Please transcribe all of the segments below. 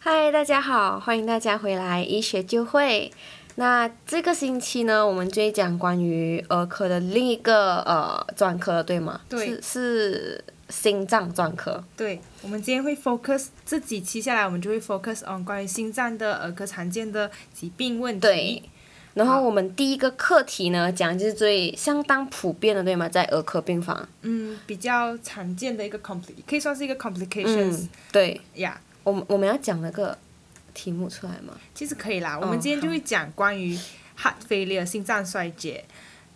嗨，大家好，欢迎大家回来，医学就会。那这个星期呢，我们就会讲关于儿科的另一个呃专科，对吗？对是是心脏专科。对，我们今天会 focus 这几期下来，我们就会 focus on 关于心脏的儿科常见的疾病问题。对，然后好我们第一个课题呢，讲就是最相当普遍的，对吗？在儿科病房。嗯，比较常见的一个 compli，可以算是一个 complications 嗯。对，呀、我们我们要讲那个题目出来吗？其实可以哦啦。我们今天就会讲关于 heart failure 心脏衰竭。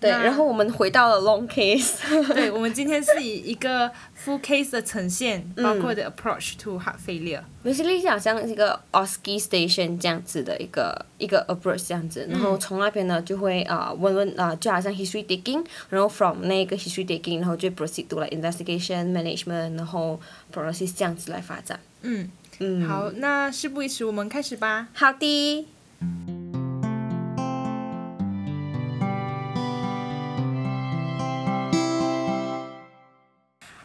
对，那然后我们回到了 long case。对，我们今天是以一个 full case 的呈现，包嗯括的 approach to heart failure。 basically 就好像一个 Oski Station 这样子的一个一个 approach 这样子，然后从那边呢就会啊、呃问问啊、呃就好像 history taking，然后 from 那个 history taking，然后就 proceed to like investigation management，然后 prognosis 这样子来发展。嗯，嗯，好，那事不宜迟，我们开始吧。好的。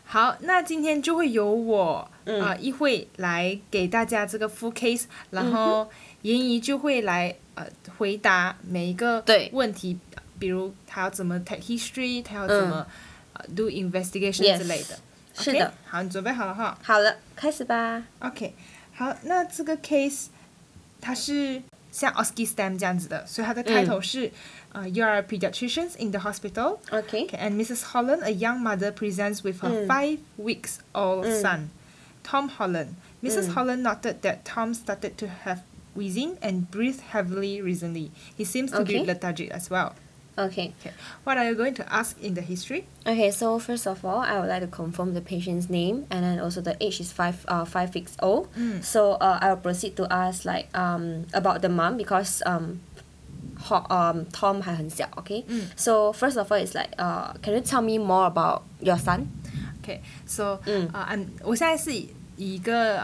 好，那今天就会由我、嗯呃议会来给大家这个 full case，然嗯后严怡就会来呃回答每一个对问题，比如他要怎么 take history，他要怎么、呃 do investigation 嗯 Yes 之类的。是的 OK，好，你准备好了哈好了，开始吧。 ？OK，好，那这个 case 它是像 Oski Stem 这样子的，所以它的开嗯头是、呃 You are pediatricians in the hospital。 OK， Okay, and Mrs. Holland, a young mother, presents with her five weeks old son, Tom Holland. Mrs. Holland noted that Tom started to have wheezing and breathe heavily recently. He seems to Okay. be lethargic as well. OK。 Okay. What are you going to ask in the history? Okay, so first of all, I would like to confirm the patient's name and then also the age is five uh, five weeks old. So uh, I'll proceed to ask like um about the mom because um ho- um Tom 还很小 okay. So first of all, it's like uh can you tell me more about your son? Okay, so 嗯。 uh, I'm 我现在是以一个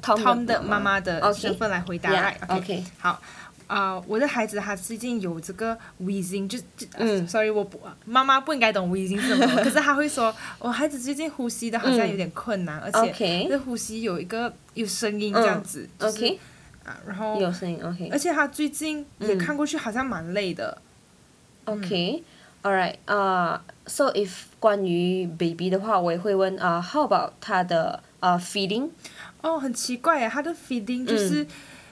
Tom 的 Tom 的妈妈。妈妈的 Okay. 身份来回答 Yeah, right? okay. 好，呃，我的孩子他最近有这个 wheezing，就就、啊嗯 sorry，我不妈妈不应该懂 wheezing 是 什么，可是他会说，我孩子最近呼吸的好像有点困难，而 Okay. 嗯且这呼吸有一个有声音这样子，就是 Okay. 啊，然后有声音嗯 Okay. 而且他最近也看过去好像蛮累的， Okay. Alright. Uh, so if 关于 baby 的话，我也会问 uh, how about 他的 uh feeding? 哦，很奇怪呀，他的 feeding 嗯就是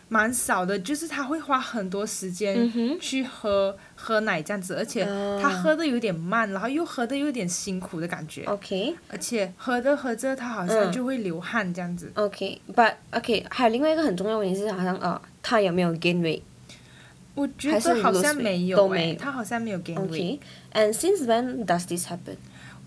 蛮少的，就是他会花很多时嗯间去喝、喝奶这样子，而且哦他喝的有点慢，然后又喝的有点辛苦的感觉， Okay. 而且喝着喝着他好嗯像就会流汗这样子。 OK，but OK，还有另外一个很重要的问题是，好像呃，他有没有 gain weight？OK，and、我觉还是得好像 lose weight，没有、都欸，没有他好像没有 gain weight。 And since when does this happen？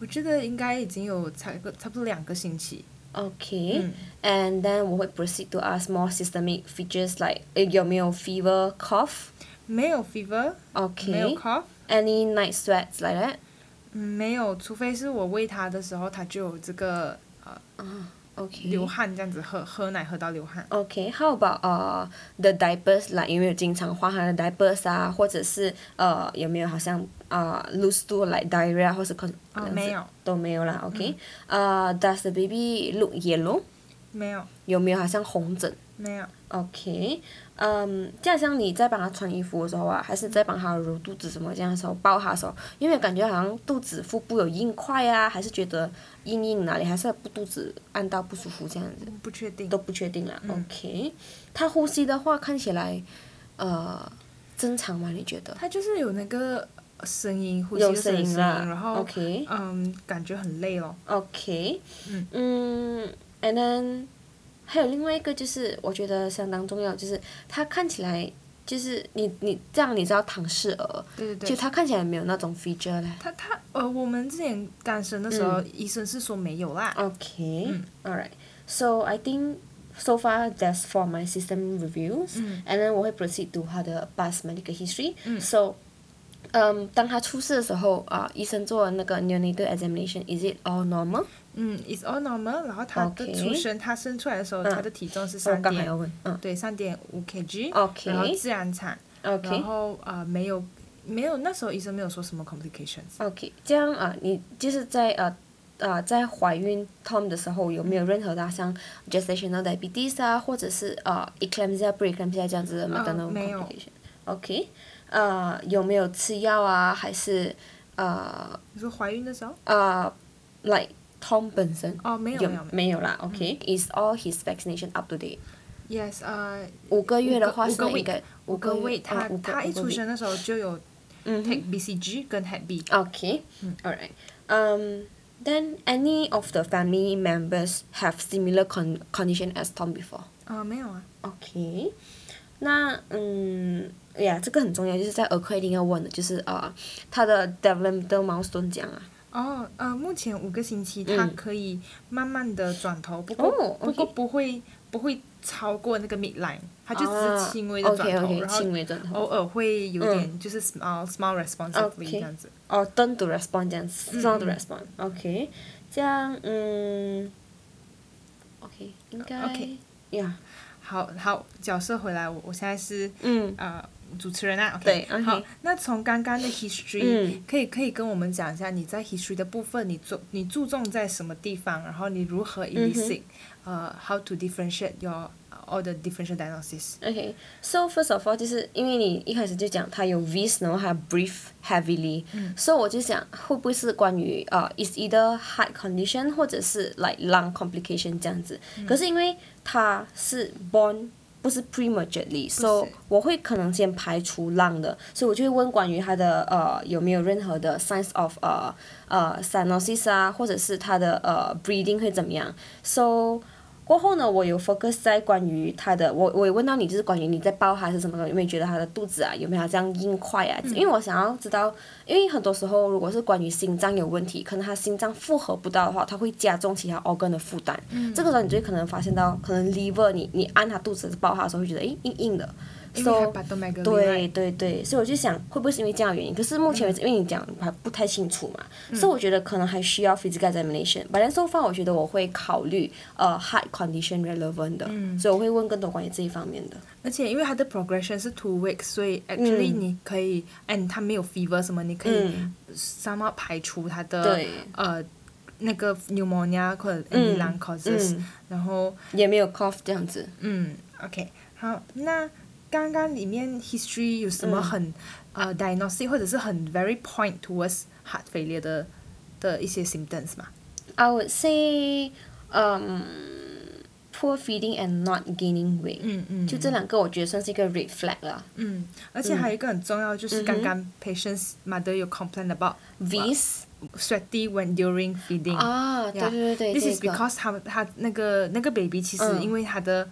我觉得应该已经有差不多差不多两个星期。Hmm. 嗯 OK，and、then 我会 proceed to ask more systemic features like 诶有没有 fever cough，没有 fever，、 OK 没有 cough， any night sweats like that。嗯没有，除非是我喂他的时候，他就有这个呃 OK，流汗这样子喝喝奶喝到流汗。 OK，how、about 呃、the diapers like 有没有经常换他的 diapers 啊，或者是呃有没有好像呃 lose to like diarrhea 或是 con 哦没有都没有啦。OK，呃、d o e s the baby look yellow？没有，有没有好像红疹没有， ？OK，嗯，这样像你在帮他穿衣服的时候啊，还是在帮他揉肚子什么这样的时候，抱他的时候，因为感觉好像肚子腹部有硬块啊，还是觉得硬硬哪里，还是肚子按到不舒服这样子，不确定都。不确定啦。OK，他呼吸的话看起来，呃，正常吗？你觉得？他就是有那个声音，呼吸有的声声音啦然后 OK 嗯，感觉很累咯。 OK，嗯嗯，and then 还有另外一个就是我觉得相当重要，就是它看起来就是你你这样你知道唐氏儿，对就对对，它看起来没有那种 feature 嘞。他他呃，我们之前干生的时候，嗯医生是说没有哦啦。嗯 Okay, alright. So I think so far that's for my system reviews, 嗯 and then 我会 proceed to 他的 past medical history. So 嗯，当他出事的时候啊，医生做那个 neonatal examination, is it all normal？嗯，it's all normal。然后他的 OK 出生，他生出来的时候，嗯他的体重是我三刚才点要问，嗯对三点五 kg。 OK 然后自然产， ，OK 然。后呃没哦有没有，那时候医生没有说什么 complications。 OK，这样啊，你就是在呃呃在怀孕 Tom 的时候有没有任何的像 gestational diabetes 啊，或者是呃 eclampsia、preeclampsia 这样子的 maternal 嗯没有 complication。OK，呃有没有吃药啊？还是呃你说怀孕的时候？呃，like Tom 本身哦，没有嗯有没有没没有啦？OK，is all his vaccination up to date？有。Yes，呃，五个月的话五是个应该五个月位，哦他五个他一五个出月生的时候就有嗯哼 take BCG 跟 Hep B。 Okay, alright. Um, then any of the family members have similar con- condition as Tom before? 呃，没有啊。 Okay. 那嗯，呀，这个很重要，就是在儿科一定要问的，就是呃，他的 developmental milestone 这样啊。哦，呃，目前五个星期，他嗯可以慢慢的转头，不过、哦不过 OK 不会不会超过那个 midline，他就只是轻微啊的转头 OK 然 OK，轻后微转头。偶尔会有嗯点就是 small small responsively OK 这样子。哦，turn to respond 这样子嗯，turn to 嗯 respond。OK，这样嗯，OK 应该 OK 呀，好好，角色回来，我我现在是嗯呃主持人啊对，OK， ，OK 好，那从刚刚的 history，、嗯可以可以跟我们讲一下你在 history 的部分，你注你注重在什么地方，然后你如何 elicit，、呃，how 嗯 to differentiate your uh, all the differential diagnosis。 Okay, so first of all，就是因为你一开始就讲它有 v i s 然后还有 breathe heavily，所以、我就想会不会是关于呃、is either heart condition 或者是 like lung complication 这样子。可是因为它是 born 不是 prematurely，所以、so, 我会可能先排除 lung 的，所以我就会问关于它的呃有没有任何的 signs of 呃呃 cyanosis 啊，或者是它的呃 breathing 会怎么样？So 过后呢，我有 focus 在关于他的，我我也问到你，就是关于你在抱他是什么，有没有觉得他的肚子啊有没有这样硬块啊？因为我想要知道，因为很多时候如果是关于心脏有问题，可能他心脏负荷不到的话，他会加重其他 organ 的负担。这个时候你就会可能发现到，可能 liver 你你按他肚子抱他的时候会觉得，诶硬硬的。因 So- 为 hepatomegaly，对 right？对对，所以我就想，会不会是因为这样的原嗯因？可是目前为止，因为你讲还不太清楚嘛，所以我觉得可能还需要 physical examination。本来 so far 我觉得我会考虑呃 heart condition relevant 的，嗯所以我会问更多关于这一方面的。而且因为它的 progression 是 two weeks，所以 actually 嗯你可以，嗯，它没有 fever 什么，你可以嗯， somehow 排除它的对，呃那个 pneumonia 或者嗯 any lung causes，、嗯，然后也没有 cough 这样子。嗯，OK，好，那刚刚里面 history 有什么嗯很、呃 diagnostic 或者是很 very point towards heart failure 的的一些 symptoms 嘛？ I would say，嗯、poor feeding and not gaining weight，、嗯嗯，就这两个我觉得算是一个 red flag 啦。嗯，而且还有一个很重要就是刚刚 patients mother 有 complain about Vis sweaty when during feeding。啊，对 Yeah. 对对对 This is 这个 because 他们他那个那个 baby 其实嗯因为他的、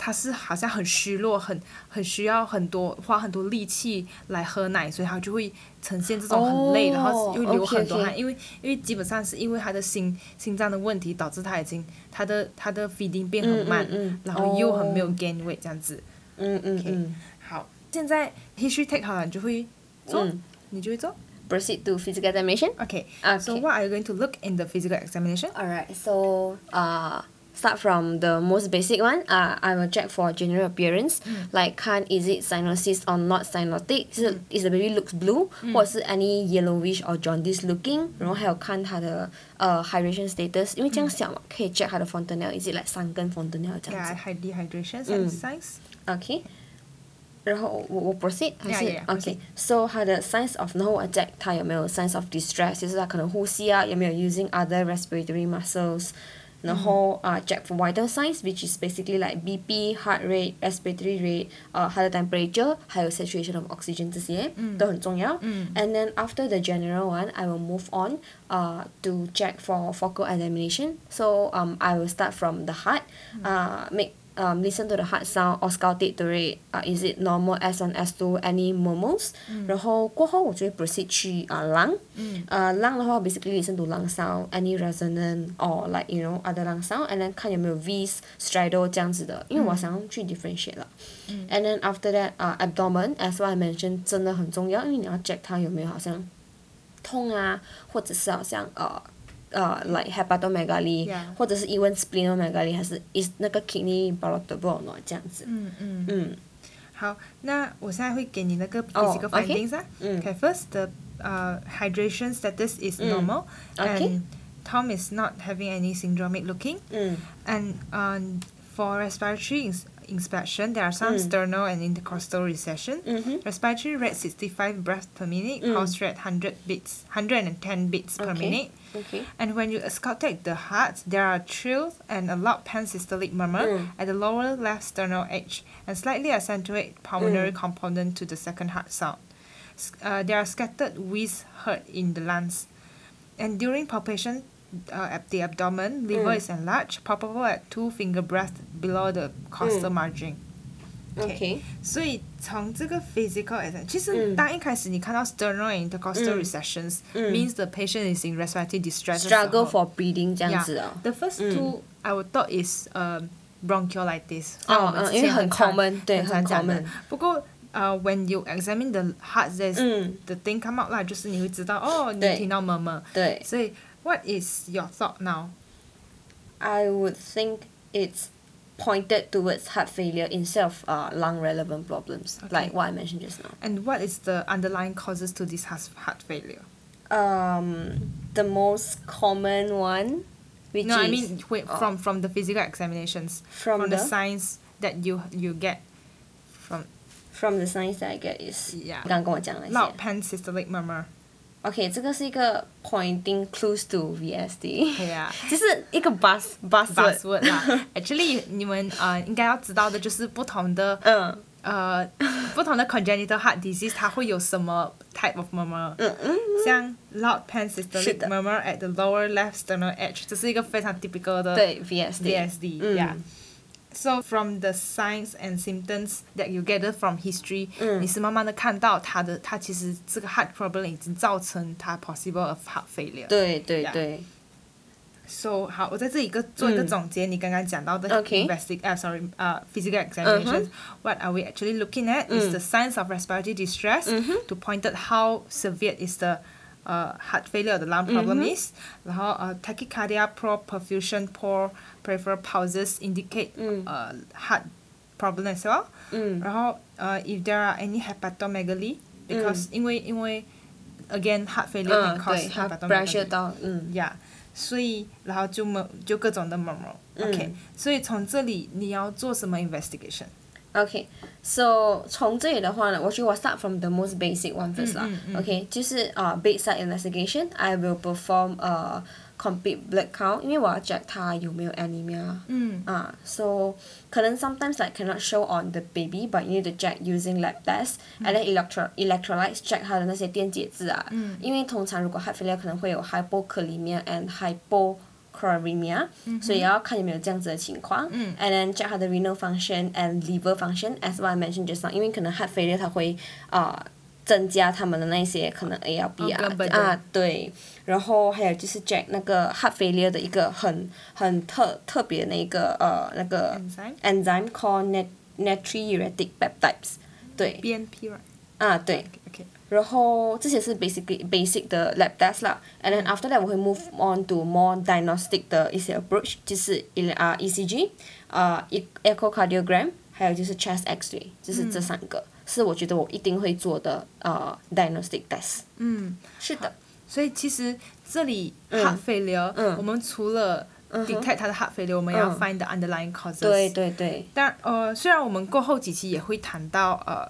他是好像很虚弱，很很需要很多花很多力气来喝奶，所以他就会呈现这种很累哦然后又流 OK，OK 很多汗因为因为基本上是因为他的心心脏的问题导致他已经他的他的 feeding 变很慢，嗯嗯嗯然后又很没有哦 gain weight 这样子。嗯嗯 Okay 嗯好，现在 history take 好了，你就会做，嗯你就会做。 ，proceed to physical examination。 Okay, so Okay. what are you going to look in the physical examination? Alright, so uh, start from the most basic one. Uh, I will check for general appearance, like can is it cyanosis or not cyanotic? 是 is the baby looks blue，、或者是 any yellowish or jaundice looking？、然后还有看它的呃 uh, hydration status，因为这样小嘛，可以 check 它的 fontanel，is it like 三根 fontanel 这样 Yeah, 子。 hy- dehydration, Mm. signs. OK，然后我我 proceed 还 Yeah, 是 yeah, yeah, proceed. OK？So 它的 signs of no attack，它有没有 signs of distress？就是它可能呼吸啊，有没有 using other respiratory muscles？然后啊、check for vital signs，which is basically like BP、heart rate、respiratory rate，呃，它的 temperature，还有 saturation of oxygen 这些、都很重要。And then after the general one, I will move on uh, to check for focal examination. So um, I will start from the heart. Uh, make um, listen to the heart sound, auscultate to it. Uh, is it normal S1, S2, any murmurs? 然后过后我就会 proceed 去 uh, lung. 呃 lung 的话 basically listen to lung sound, any resonant or like you know other lung sound, and then 看有没有 V stridor 这样子的，因为我想要去 differentiate 了。And then after that, uh, abdomen as what I mentioned 真的很重要，因为你要 check 它有没有好像痛啊，或者是好像呃。呃、l i k e hepatomegaly，、 Yeah. 或者是 even splenomegaly，还是 is 那个 kidney palatable or not 这样子。嗯嗯嗯好，那我现在会给你那个哦 physical ，OK findings 啊。嗯 Mm。 Okay, first the uh hydration status is 嗯 normal ，OK and Tom is not having any syndromic looking. Mm. And um, for respiratory ins- inspection, there are some Mm. sternal and intercostal recession. Mhm. Respiratory rate 65 breaths per minute, Mm. pulse rate 100 beats, 110 beats per Okay. minute. Okay. And when you auscultate the heart, there are trills and a loud pansystolic murmur Mm. at the lower left sternal edge and slightly accentuate Mm. pulmonary component to the second heart sound. S- Uh, there are scattered wheeze heard in the lungs. And during palpation uh, at the abdomen, liver Mm. is enlarged, palpable at two finger breadth below the Mm. costal margin. Okay. 所以从这个 physical 嗯。Mm. 其实当一开始你看到 sternal and intercostal 嗯。 recessions 嗯。 means the patient is in respiratory distress 的时候 Struggle for breathing 这样 Yeah. 子哦。 The first 嗯 two I would thought is um bronchiolitis. 哦，那我们之前因为很很常 uh, - eh, common，对，很常很讲的。 common。不过 uh, when you examine the heart, there's 嗯， the thing come out 啦，就是你会知道哦，你对。听到 murmur。对。所以 what is your thought now? I would think it's pointed towards heart failure instead of uh, lung relevant problems, Okay. like what I mentioned just now. And what is the underlying causes to this heart heart failure? Um, the most common one, which no, is I mean wait, uh, from from the physical examinations, from, the, the, signs that you you get from from the signs that I get is Yeah. 刚刚跟我讲那些。 loud pansystolic murmur. Okay, 这个是一个 pointing clues to VSD， Yeah. 就是一个 bus bus 啊 buzzword 啦。Actually，你们呃应该要知道的就是不同的嗯呃不同的 congenital heart disease 它会有什么 type of murmur。像 loud pansystolic 是的 murmur at the lower left sternal edge，这是一个非常 typical 的 VSD。嗯 Yeah. So from the signs and symptoms that you gather from history，、嗯你是慢慢的看到它的，它其实这个 heart problem 已经造成它 possible of heart failure。Yeah. 对对对 So 好，我在这里个做一个嗯总结，你刚刚讲到的 OK Uh-huh。 investig 啊、sorry 啊、physical 嗯 examinations、哼 What are we actually looking at is Mm。 the signs of respiratory distress Mm-hmm。 to point out how severe is the 呃、heart failure or the lung problem Mm-hmm。 is，、然后呃、tachycardia, poor perfusion, poor peripheral pulses indicate 嗯呃、heart problem as well。然 Mm。后呃、if there are any hepatomegaly because、因为因为 again heart failure can cause hepatomegaly 嗯 Uh， pressure。到嗯 Yeah，所以然后就没就各种的 murmur。OK，、所嗯以从这里你要做什么 investigation？ Okay, so 从这里的话呢，我觉得我 start from the most basic one first 啦。嗯，嗯，嗯。 Okay，就是呃、bedside investigation, I will perform a complete blood count，因为我要 check 他有没有 anemia。嗯啊、so 可能 sometimes like cannot show on the baby, but you need to check using lab test、and then electro electrolytes check 他的那些电解质啊。嗯因为通常如果 heart failure 可能会有 hypokalemia and hypochloremia，、所以要看有没有这样子的情况。嗯 And then check 他的 renal function and liver function as what I mentioned just now，因为可能 heart failure 它会啊。增加他们的那些可能 ALB 哦啊根本的啊对，然后还有就是 Jack 那个 heart failure 的一个很很特特别的一个呃那个 Enzyme enzyme called nat natriuretic peptides，对，BNP right？啊对， OK，然后这些是 basically basic 的 lab test 啦，and then after that 我会 move on to more diagnostic 的一些 approach，就是啊 ECG，啊 e- echocardiogram，还有就是 chest X-ray，就是这三个、是我觉得我一定会做的呃 diagnostic test。嗯，是的，所以其实这里嗯 heart failure，、嗯我们除了嗯哼 detect 它的 heart failure，我们要嗯 find the underlying causes。对对对，但呃，虽然我们过后几期也会谈到呃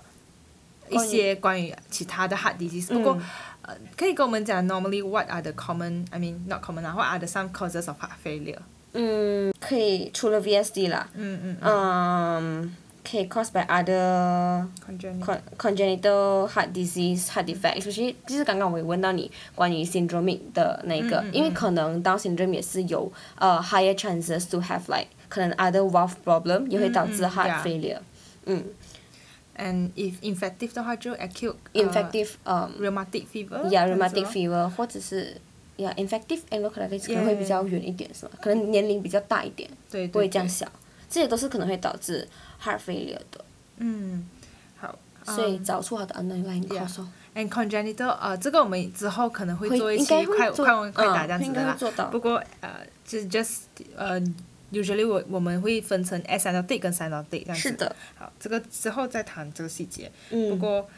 一关于嗯些关于其他的 heart disease，不过、呃，可以跟我们讲 normally what are the common，I mean not common 啊，what are the some causes of heart failure？嗯，可以除了 VSD 啦，嗯嗯嗯，可以 caused by other ，congenital。 con- congenital heart disease heart defect，especially 就是刚刚我也问到你关于 syndromic 的那嗯个，因为可能 Down syndrome 也是有呃、higher chances to have like 可能 other valve problem 也会导致嗯嗯 heart yeah failure，嗯 And if infective 的话，就 acute、呃，infective 嗯 rheumatic fever。 yeah rheumatic fever 或者是 yeah infective and localitis 可能会比较远一点是吧？可能年龄比较大一点，对对不会这样对小，这些都是可能会导致 heart failure 的，嗯，好。所以嗯找出它的 underlying yeah cause 哦。 And congenital，呃，这个我们之后可能会会做一应期该会快做快问快答嗯这样子的应该啦会做到。不过呃，就是 just 呃，usually 我我们会分成 a s y n o t i c 跟 synoptic 这样子。是的。好，这个之后再谈这个细节。嗯不过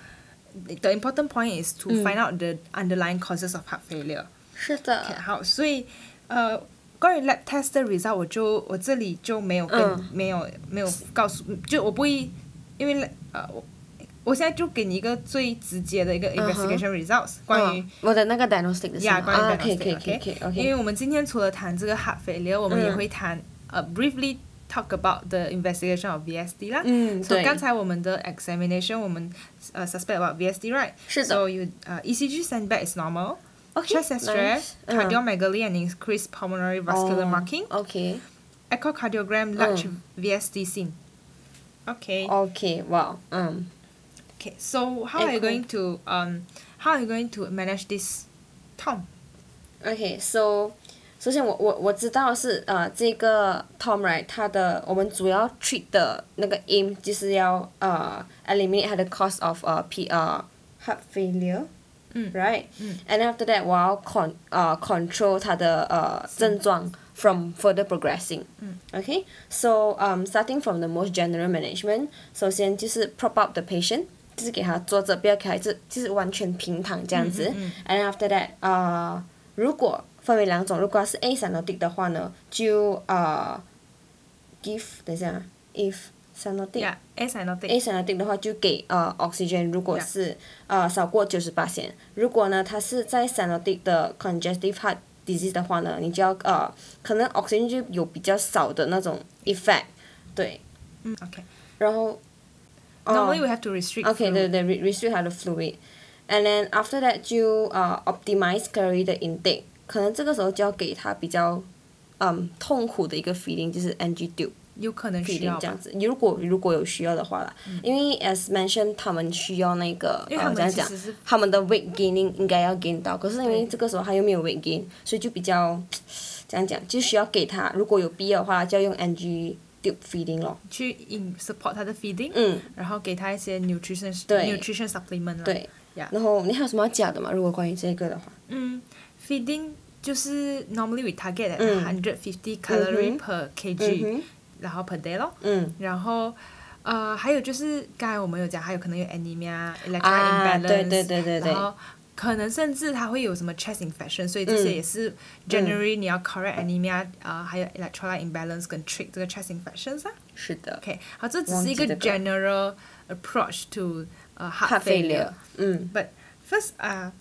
，the important point is to 嗯 find out the underlying causes of heart failure。是的 OK，好，所以呃，关于 lab test 的 result，我就我这里就没有跟、嗯没有没有告诉，就我不会，因为 lab- 呃，我我现在就给你一个最直接的一个嗯哼 investigation results，、关于、嗯我的那个 diagnostic 的事吗呀，关于啊，可以可以 diagnostic，可以可以因为，OK，我们今天除了谈这个 heart failure，我们也嗯会谈呃 briefly talk about the investigation of VSD 啦。嗯，所以对，刚才我们的 examination，我们呃 suspect about VSD right？是的 So you 呃 ECG sendback is normal。 OK， Chest X-ray, nice，嗯 Uh-huh. Oh. cardiomegaly and increased pulmonary vascular marking, OK Mm. echocardiogram, large VSD seen. Okay. Oh. OK，哇，嗯 Okay. So how are you Echo. going to um how are you going to manage this, Tom? ，OK，so 首先我我我知道是呃这个 Tom right，他的我们主要 treat 的那个 aim 就是要呃 eliminate 他的 cause of 呃 P 呃 heart failure。嗯 right？嗯 And then after that，我要 con 呃 control 它的呃症状 from further progressing。嗯 Okay. So um starting from the most general management，首先就是 prop up the patient，就是给他坐着，不要给他就是就是完全平躺这样子。嗯嗯 And then after that，呃，如果分为两种，如果它是 A 闪 o 地的话呢，就呃 give 等一下啊，if 闪 o 地。 Yeah. As I noted. A 闪的定的话，就给呃 oxygen，如果 Yeah. 是呃少过九十八线，如果呢它是在 s a n o d i c 的 congestive heart disease 的话呢，你就要呃可能 oxygen 就有比较少的那种 effect，对，嗯 Mm, Okay. 然后、呃 Normally we have to restrict. OK， fluid. 对对，re-，restrict 它的 fluid。And then after that 就呃、optimize calorie 的 intake，可能这个时候就要给他比较嗯痛苦的一个 feeling，就是 NG tube。有可能需 feeling 要这样吧，子。如果如果有需要的话啦，因为 as mentioned，他们需要那个因为他呃们怎样讲其实是，他们的 weight gaining 应该要 gain 到，可是因为对这个时候他又没有 weight gain，所以就比较怎样讲，就需要给他，如果有必要的话，就要用 NG tube feeding 咯。去 in support 他的 feeding，、嗯，然后给他一些 nutrition Mm. 对 nutrition supplement 啦。对。呀然后你还有什么要讲的吗？如果关于这个的话，嗯，feeding 就是 normally we target at 嗯 hundred fifty 嗯哼 calorie per 嗯 kg，、哼，然后 per day 咯。嗯，然后呃，还有就是刚才我们有讲，还有可能有 anemia、啊， electrolyte imbalance，、对对对对对然，后可能甚至它会有什么 chest infection，所以这嗯些也是 generally 你要 correct anemia 啊、还有 electrolyte imbalance 跟 treat 这个 chest infections 啊。是的 OK，好，这只忘是记一个这个 general approach to 呃、 ，heart heart failure failure，。嗯 But first 啊、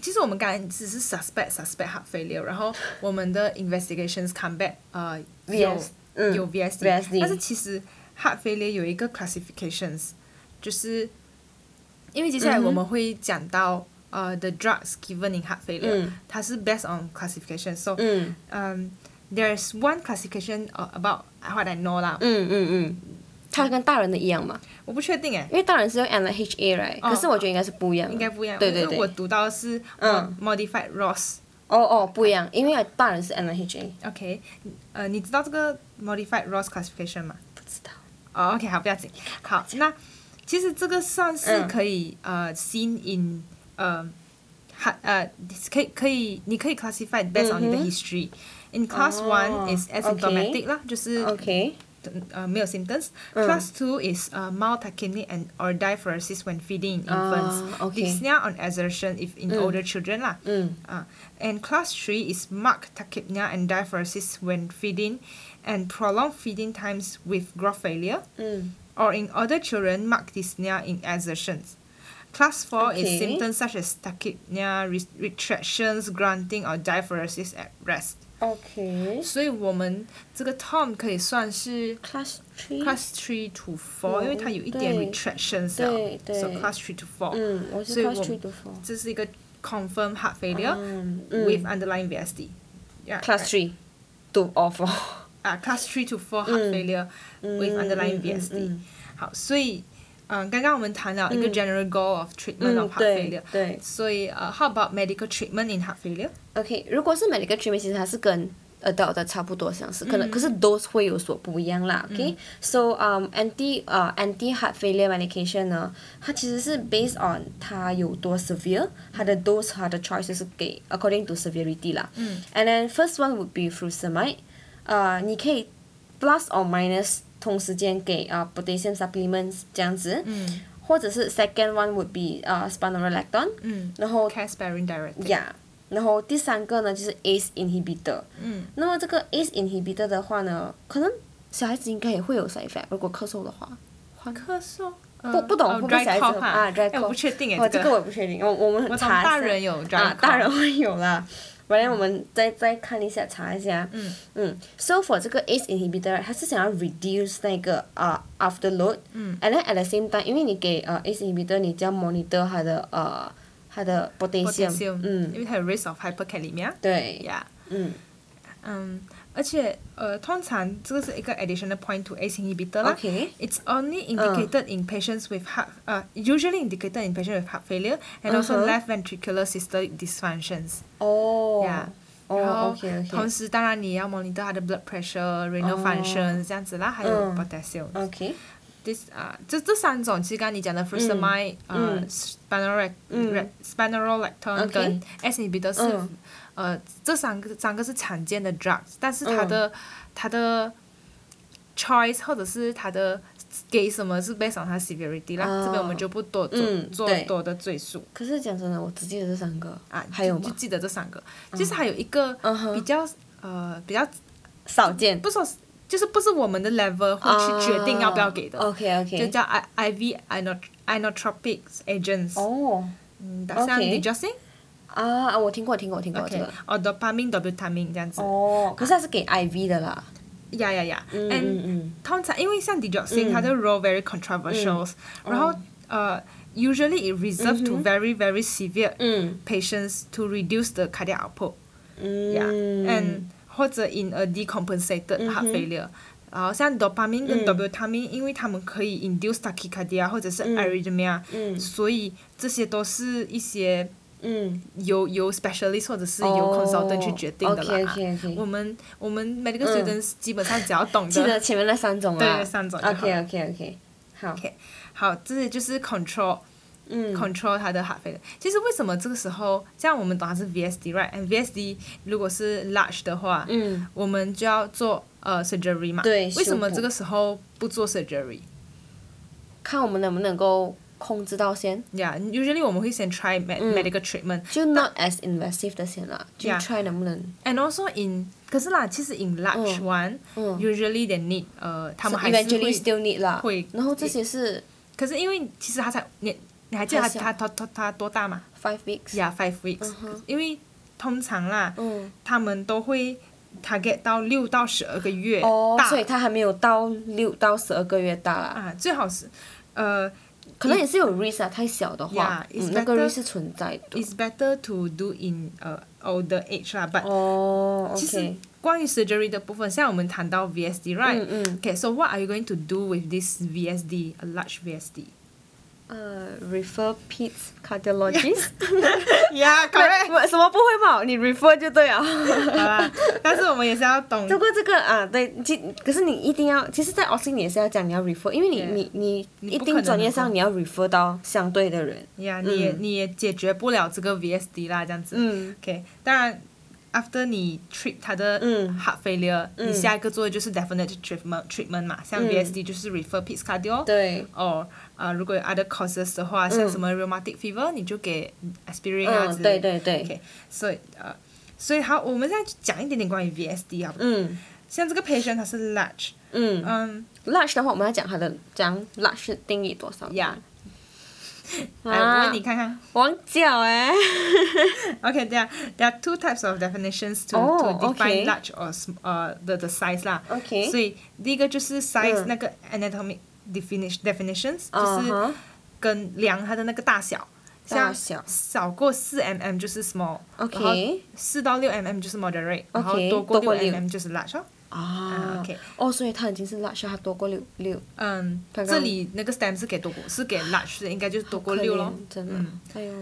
其实我们刚才只是 suspect suspect heart failure，然后我们的 investigations come back 呃有，VS，嗯，有 VSD，、 VSD 但是其实 heart failure 有一个 classifications，就是因为接下来嗯哼我们会讲到、呃 the drugs given in heart failure，、嗯它是 based on classification，so 嗯嗯、there's one classification uh, about what I know 啦，嗯嗯嗯，它跟大人的一样嘛。我不确定诶、因为大人是用 N H A 来，哦可是我觉得应该是不一样的，应该不一样，对因为对对，我读到的是嗯 mod- modified ROS。哦哦不一样，因为大人是 N H A， OK，呃，Uh, 你知道这个 modified Ross classification 吗？不知道。哦、o k 好，不要紧。好，那其实这个算是可以、呃，seen in 呃，哈呃，可以可以，你可以 classify based on 你嗯的哼 history。In class 哦 one is OK asymptomatic 啦，就是、 OK，呃没有 symptoms。嗯 Class two is 呃 mild tachypnea and or diaphoresis when feeding in 啊 infants. OK Dyspnea on exertion if in 嗯 older children 啦。嗯 Uh, and class 3 is marked tachypnea and diaphoresis when feeding and prolonged feeding times with growth failure, 嗯 or in other children, marked dyspnea in exertions. Class 4 Okay. is symptoms such as tachypnea, re- retractions, grunting, or diaphoresis at rest. ，OK，Class 所以我们这个 Tom 可以算是 three， class 3 to 4，、嗯，因为它有一点 Eh? Oh，对。 retractions 对， So 对。 class 3 to 4，、嗯，我是所以 Class 我 three to four，这是一个 confirmed heart failure、嗯 with 嗯 underlying VSD. Yeah, ，Class three right. to or four，啊，class uh, three to four heart 嗯 failure with 嗯 underlying 嗯嗯 VSD 嗯。好，所以，嗯，刚刚我们谈了一个嗯 general goal of treatment 嗯， of heart Mm. 对 failure。对所以，呃，how about medical treatment in heart failure？ ，OK，如果是每一个 treatment，其实它是跟 adult 的差不多相似，可能嗯可是 dose 会有所不一样啦，OK，so um anti 呃 anti heart failure medication 呢，它其实是 based on 它有多 severe，它的 dose 它的 choice 就是给 according to severity 啦。嗯。 And then first one would be furosemide，呃，你可以 plus or minus 同时间给啊、呃 potassium supplements 这样子。嗯。或者是 second one would be 呃 spironolactone，嗯然后 c a s p a r i n direct。 Yeah. 然后第三个呢就是 ACE inhibitor，嗯，那么这个 ACE inhibitor 的话呢，可能小孩子应该也会有 side effect，如果咳嗽的话，患咳嗽。不不懂呃会不哦会 dry 小孩子 cough 哈啊，dry 哎我 cough 不确定哇，哎，这个个我也不确定，我我们我懂查一下大人有 dry 啊， cough 大人会有啦。完了，我们再再看一下，查一下。嗯嗯，so for 这个 ACE inhibitor，它是想要 reduce 那个啊、afterload，嗯，and then at the same time，因为你给呃 ACE inhibitor，你就要 monitor 它的呃它的 potassium， potassium，嗯，因为它有 risk of hyperkalemia，对， yeah。嗯嗯，而且呃，通常这个是一个 additional point to ACE inhibitor 啦。 ，OK， It's only indicated in patients with heart, uh, usually indicated in patients with heart failure and also Uh-huh. left ventricular systolic dysfunctions. 哦 Yeah，然哦后，OK 同 OK 时，当然你要 monitor 他的 blood pressure、renal 哦 function 这样子啦，还有嗯 potassium。 OK， This 啊，这这三种，其实刚刚你讲的 first 嗯 line 呃嗯 spinal 嗯 spinalolactone OK 跟 S inhibitor 是嗯呃这三个三个是常见的 drugs，但是嗯它的它的 choice 或者是它的给什么是 based on 它 severity 啦，哦这边我们就不多做嗯做对多的赘述可是讲真的，我只记得这三个，啊，还有就就吗？记得这三个，其实还有一个嗯比哼，较呃比较少见，不说就是不是我们的 level 啊会去决定要不要给的。 OK 就 OK，叫 I IV inot- inotropic agents，、哦嗯，像 d i OK g e s i n 啊，我听过听过听过这 OK，个。哦 Oh, dopamine、dopamine 这样子，哦，可是它是给 IV 的啦。呀呀呀嗯，and 嗯嗯通常因为像 d i g e s i n 它的 role very controversial，、然 Oh. 后呃、u s u a l l y it reserved to very very severe 嗯 patients to reduce the cardiac output，嗯。Mm-hmm. yeah and 或者 in a decompensated heart failure，然后像嗯 dopamine 跟 dopamine，因为它们可以 induce tachycardia 或者是 arrhythmia，嗯所以这些都是一些。嗯，由由 specialist 或者是由哦 consultant 去决定的啦。 OK，OK，OK 我们我们 medical 嗯 students 基本上只要懂记得得。前面那三种啦。对三种就好 OK OK OK，好。 OK，好，这些就是 control 嗯 control 它的 heart failure。其实为什么这个时候，像我们懂它是 VSD right？and VSD 如果是 large 的话，嗯，我们就要做呃 surgery 嘛。对为什么修补这个时候不做 surgery？看我们能不能够控制到先， yeah,，usually 我们会先 try med、嗯 medical treatment。就 not as invasive 的先啦，就 Yeah try 能不能。 And also in，可是啦，其实 in large 嗯 one，usually、嗯 they need 呃，他们 So 还是 eventually 会 still need 啦会。然后这些是可是因为其实他才你你还记得他还小他他他他多大吗 five weeks。 ？Yeah, five weeks、嗯哼因为通常啦，嗯。他们都会 target 到六到十二个月哦大、，所以他还没有到六到十二个月大啦，啊，最好是呃可能也是有 risk 啊，太小的话 Yeah，it's 嗯那个 better- risk 是存在的。 ，it's better to do in 呃 older age 啦，but、哦其实，OK，关于 surgery 的部分，现在我们谈到 VSD right？、嗯嗯， Okay, so what are you going to do with this VSD, a large VSD? 呃，refer Pete's cardiologist， Yeah, 不 什么不会嘛，你 refer 就对了。 好啦，但是我们也是要 懂不过这个啊，对，其可是你一定要，其实，在 Austin 也是要讲你要 refer，因为你 Yeah 你你你一不可定能专业能上够你要 refer 到相对的人。呀，你也嗯你也解决不了这个 VSD 啦，这样子。嗯 OK，当然，after 你 treat 它的嗯 heart failure，、嗯你下一个做的就是 definite treatment treatment 嘛，像嗯 VSD 就是 refer p i t s cardio。对，哦，呃，如果有 other causes 的话，像什么 rheumatic fever，你就给 aspirin 啊嗯，之对类的。对对， OK，所以呃，所以好，我们现在讲一点点关于 VSD 啊，嗯像这个 patient 他是 large，嗯嗯， ，large 的话，我们要讲它的讲 large 是定义多少呀，来哎我啊问你，看看。王角哎， Okay, there are, there are two types of definitions to, Oh, to define okay. large or sm- uh, the the size 啦。 OK 所以第一个就是 size、嗯那个 anatomic definition definitions，、就啊是跟量它的那个大小。大像小少过四 mm 就是 small， OK 四到六 mm 就是 moderate，然后 OK，多过多过六六 mm 就是 large 哦。哈啊啊，OK 哦，所以它已经是 large，它多过六六，嗯，刚刚这里那个 stem 是给多过，是给 large，的应该就是多过可六怜咯。真的嗯，哎呦，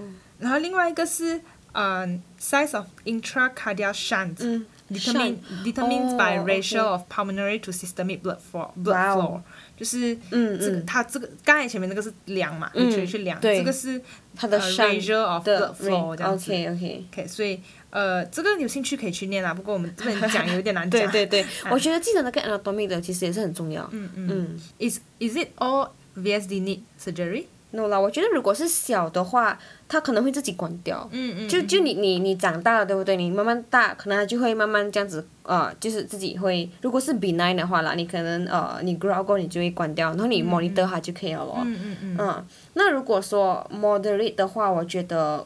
然后另外一个是嗯 size of intracardiac shunt，嗯 determine determines by 哦 ratio ，OK of pulmonary to systemic blood flow blood 哇 flow，哦就是嗯这个嗯它这个刚才前面那个是量嘛，嗯你去去量，对这个是它的呃 shunt ratio of 的 blood flow 这样子。 OK OK。 OK，所以呃，这个有兴趣可以去念啦，不过我们这边讲有点难对 讲。对对，我觉得记得那个 anatomy 的其实也是很重要。嗯嗯嗯， ，is is it all VSD need surgery？ no 啦，我觉得如果是小的话，他可能会自己关掉。嗯嗯，就就你你你长大了，对不对？你慢慢大，可能他就会慢慢这样子，呃，就是自己会。如果是 benign 的话啦，你可能呃，你 grow 过你就会关掉，然后你 monitor 它就可以了咯。嗯嗯嗯，嗯，那如果说 moderate 的话，我觉得，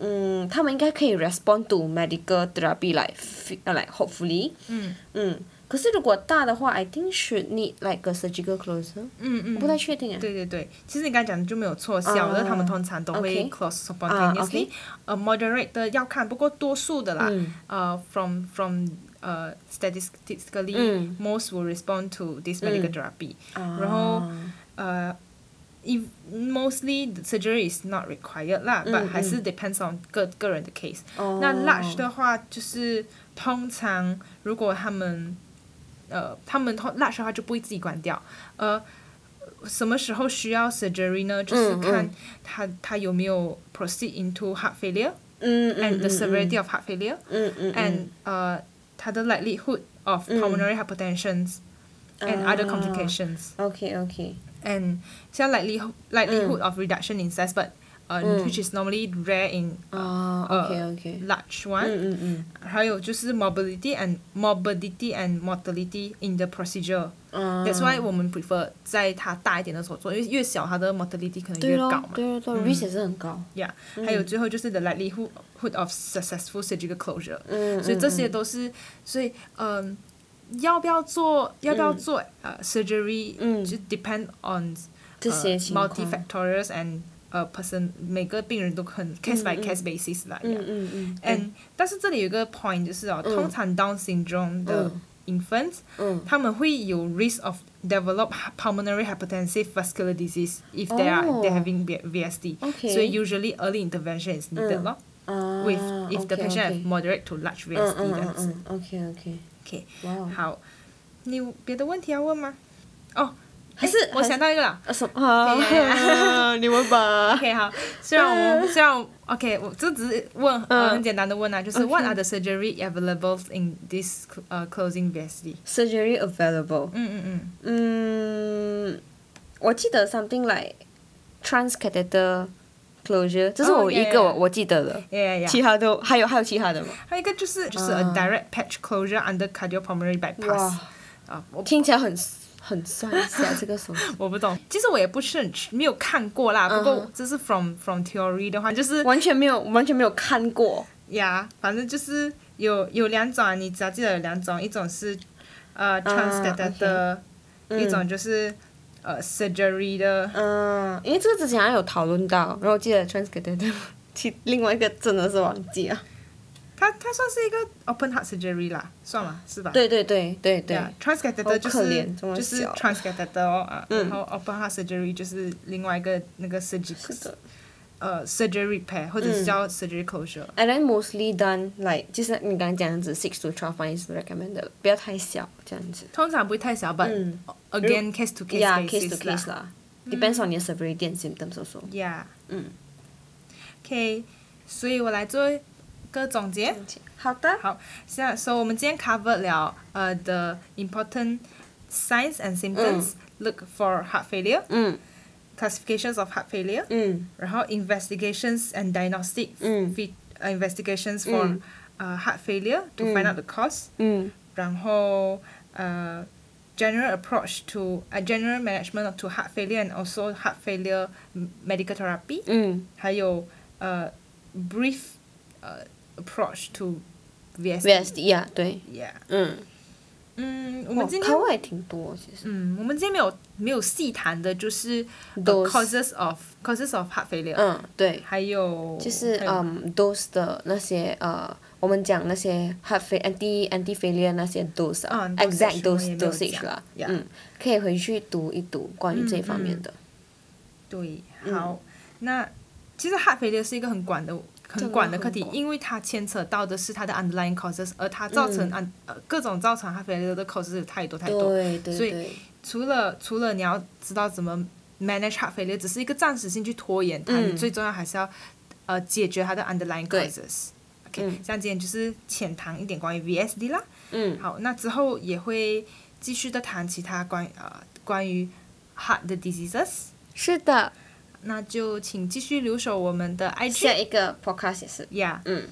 嗯，他们应该可以 respond to medical therapy like fi- 呃 like hopefully，嗯嗯。可是如果大的话，I think should need like a surgical closure，、嗯嗯，我不太确定哎。对对对，其实你刚才讲的就没有错，小的他们通常都会啊 OK close 啊 spontaneously， ，OK 呃，moderate 的要看，不过多数的啦嗯，呃，from from 呃 statistically 嗯 most will respond to this medical 嗯 therapy，啊然后呃，if mostly the surgery is not required 啦嗯，but 还嗯是 depends on 个个人的 case。哦那 large 的话，就是通常如果他们，呃，他们通 large 的话就不会自己关掉。呃，什么时候需要 surgery 呢？就是嗯看嗯他、他有没有 proceed into heart failure 嗯嗯 and 嗯 the 嗯 severity of heart failure 嗯嗯 and 呃他的 likelihood of 嗯 pulmonary hypertension and other 啊 complications。 OK OK， and 像 likelihood likelihood Mm. of reduction in size but uh, 嗯 which is normally rare in 啊 OK 呃 OK， large 嗯 one 嗯嗯，还有就是 morbidity and morbidity and mortality in the procedure 啊 that's why 我们 prefer 在它大一点的时候做因为越小它的 mortality 对咯对可能越高嘛咯对嗯咯，risk 也是很高， yeah 还有最后就是 the likelihood hood of successful surgical closure 嗯，所以嗯这些都是，所以嗯、要不要做，要不要做、呃 surgery，、嗯就 depend on 这些情况 multi factors and 呃 person 每个病人都很 case by case basis 啦、嗯 yeah 嗯嗯 And 但是这里有一个 point 就是哦，嗯通常 Down syndrome 的嗯 infants、嗯，他们会有 risk of develop pulmonary hypertensive vascular disease if they are、哦 they having V- VSD，、嗯 OK 所以 usually early intervention is needed 嗯咯、啊 with if the patient have ，OK，OK moderate to large VSD 嗯这嗯样子。嗯嗯，OK OK， OK，哇哦，好，你有别的问题要问吗？哦，还诶是我想到一个了。啊什么 啊？你们吧， OK，好，虽然我们虽然我 OK，我这只是问嗯呃很简单的问啊，就是 What are the surgery available in this 呃 closing VSD？ surgery available。嗯嗯嗯，我记得 something like transcatheter closure，这是哦我一 yeah, 个 yeah. 我我记得的。嗯，Yeah yeah 其 yeah。他都还有还有其他的吗？还有一个就是就是 a 嗯 direct patch closure under cardiopulmonary bypass 哇，啊，我听起来很很算一下这个 手术。我不懂，其实我也不是很没有看过啦，不嗯过这是 from from theory 的话，就是完全没有，完全没有看过。呀反正就是有有两种啊，你只要记得有两种，一种是呃 transcatheter，、啊嗯一种就是、呃 surgery 的。嗯，因为这个之前好像有讨论到，然后我记得 transcatheter，其 另外一个真的是忘记啊。它它算是一个 open heart surgery 啦，算吗？是吧？对对对对对，呀 transcatheter 就好可是怜这么就是小 transcatheter 哦啊，嗯然后 open heart surgery 就是另外一个那个 surgical 是的。嗯呃 surgery repair 或者是叫 surgery closure。 And then mostly done like 就是你刚刚讲的，只 six to twelve months is recommended，不要太小这样子。通常不会太小，but、嗯 again case to case Yeah, case basis to 啦嗯 case 啦，depends on your severity and symptoms also。 Yeah，嗯，OK，所以我来做一个总结。好的。好，现在，所以我们今天 cover 了呃、the important signs and symptoms、look for heart failure 嗯 classifications of heart failure，、嗯然后 investigations and diagnostic 嗯 fit- 呃 investigations for、呃 heart failure to find out the cause，、嗯然后呃 general approach to 呃 general management to heart failure and also heart failure medical therapy，、嗯还有呃 brief 呃 approach to VSD。 ，West yeah 对， Yeah，嗯，嗯，我我们今天看过也挺多其实。嗯，我们今天没有没有细谈的，就是呃 Those causes of causes of heart failure，、嗯，对，还有就是还有嗯，dose 的那些呃，我们讲那些 heart fail anti anti failure 那些 dose 啊嗯，dosage ，exact 我们 dose 也没有讲 dosage 啦， Yeah 嗯，可以回去读一读关于这方面的。对，嗯好，那其实 heart failure 是一个很广的。很真的广的课很题，广因为它牵扯到的是它的 underlying causes，而它造成嗯安、呃各种造成 heart failure 的 causes 有太多太多。对对嗯所以对，除了除了你要知道怎么 manage heart failure，只是一个暂时性去拖延它，嗯你最重要还是要呃解决它的 underlying 对 causes。OK，嗯像今天就是浅谈一点关于 VSD 啦。嗯好，那之后也会继续的谈其他关呃关于 heart 的 diseases。是的，那就请继续留守我们的 IG。下一个 podcast 也是， Yeah，嗯，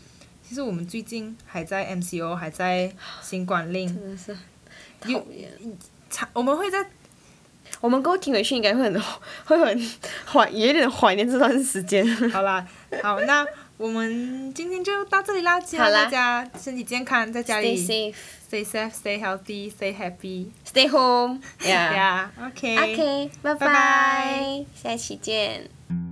其实我们最近还在 MCO，还在新管令，真的是讨有厌。长我们会在 我们够听回去应该会很 会很怀有一点怀念这段时 间。好啦，好，那我们今天就到这里啦，希望好啦大家身体健康，在家 Stay 里 safe, stay safe, stay healthy, stay happy。 stay home. Yeah. Yeah，OK。 OK，拜拜拜拜，下期见。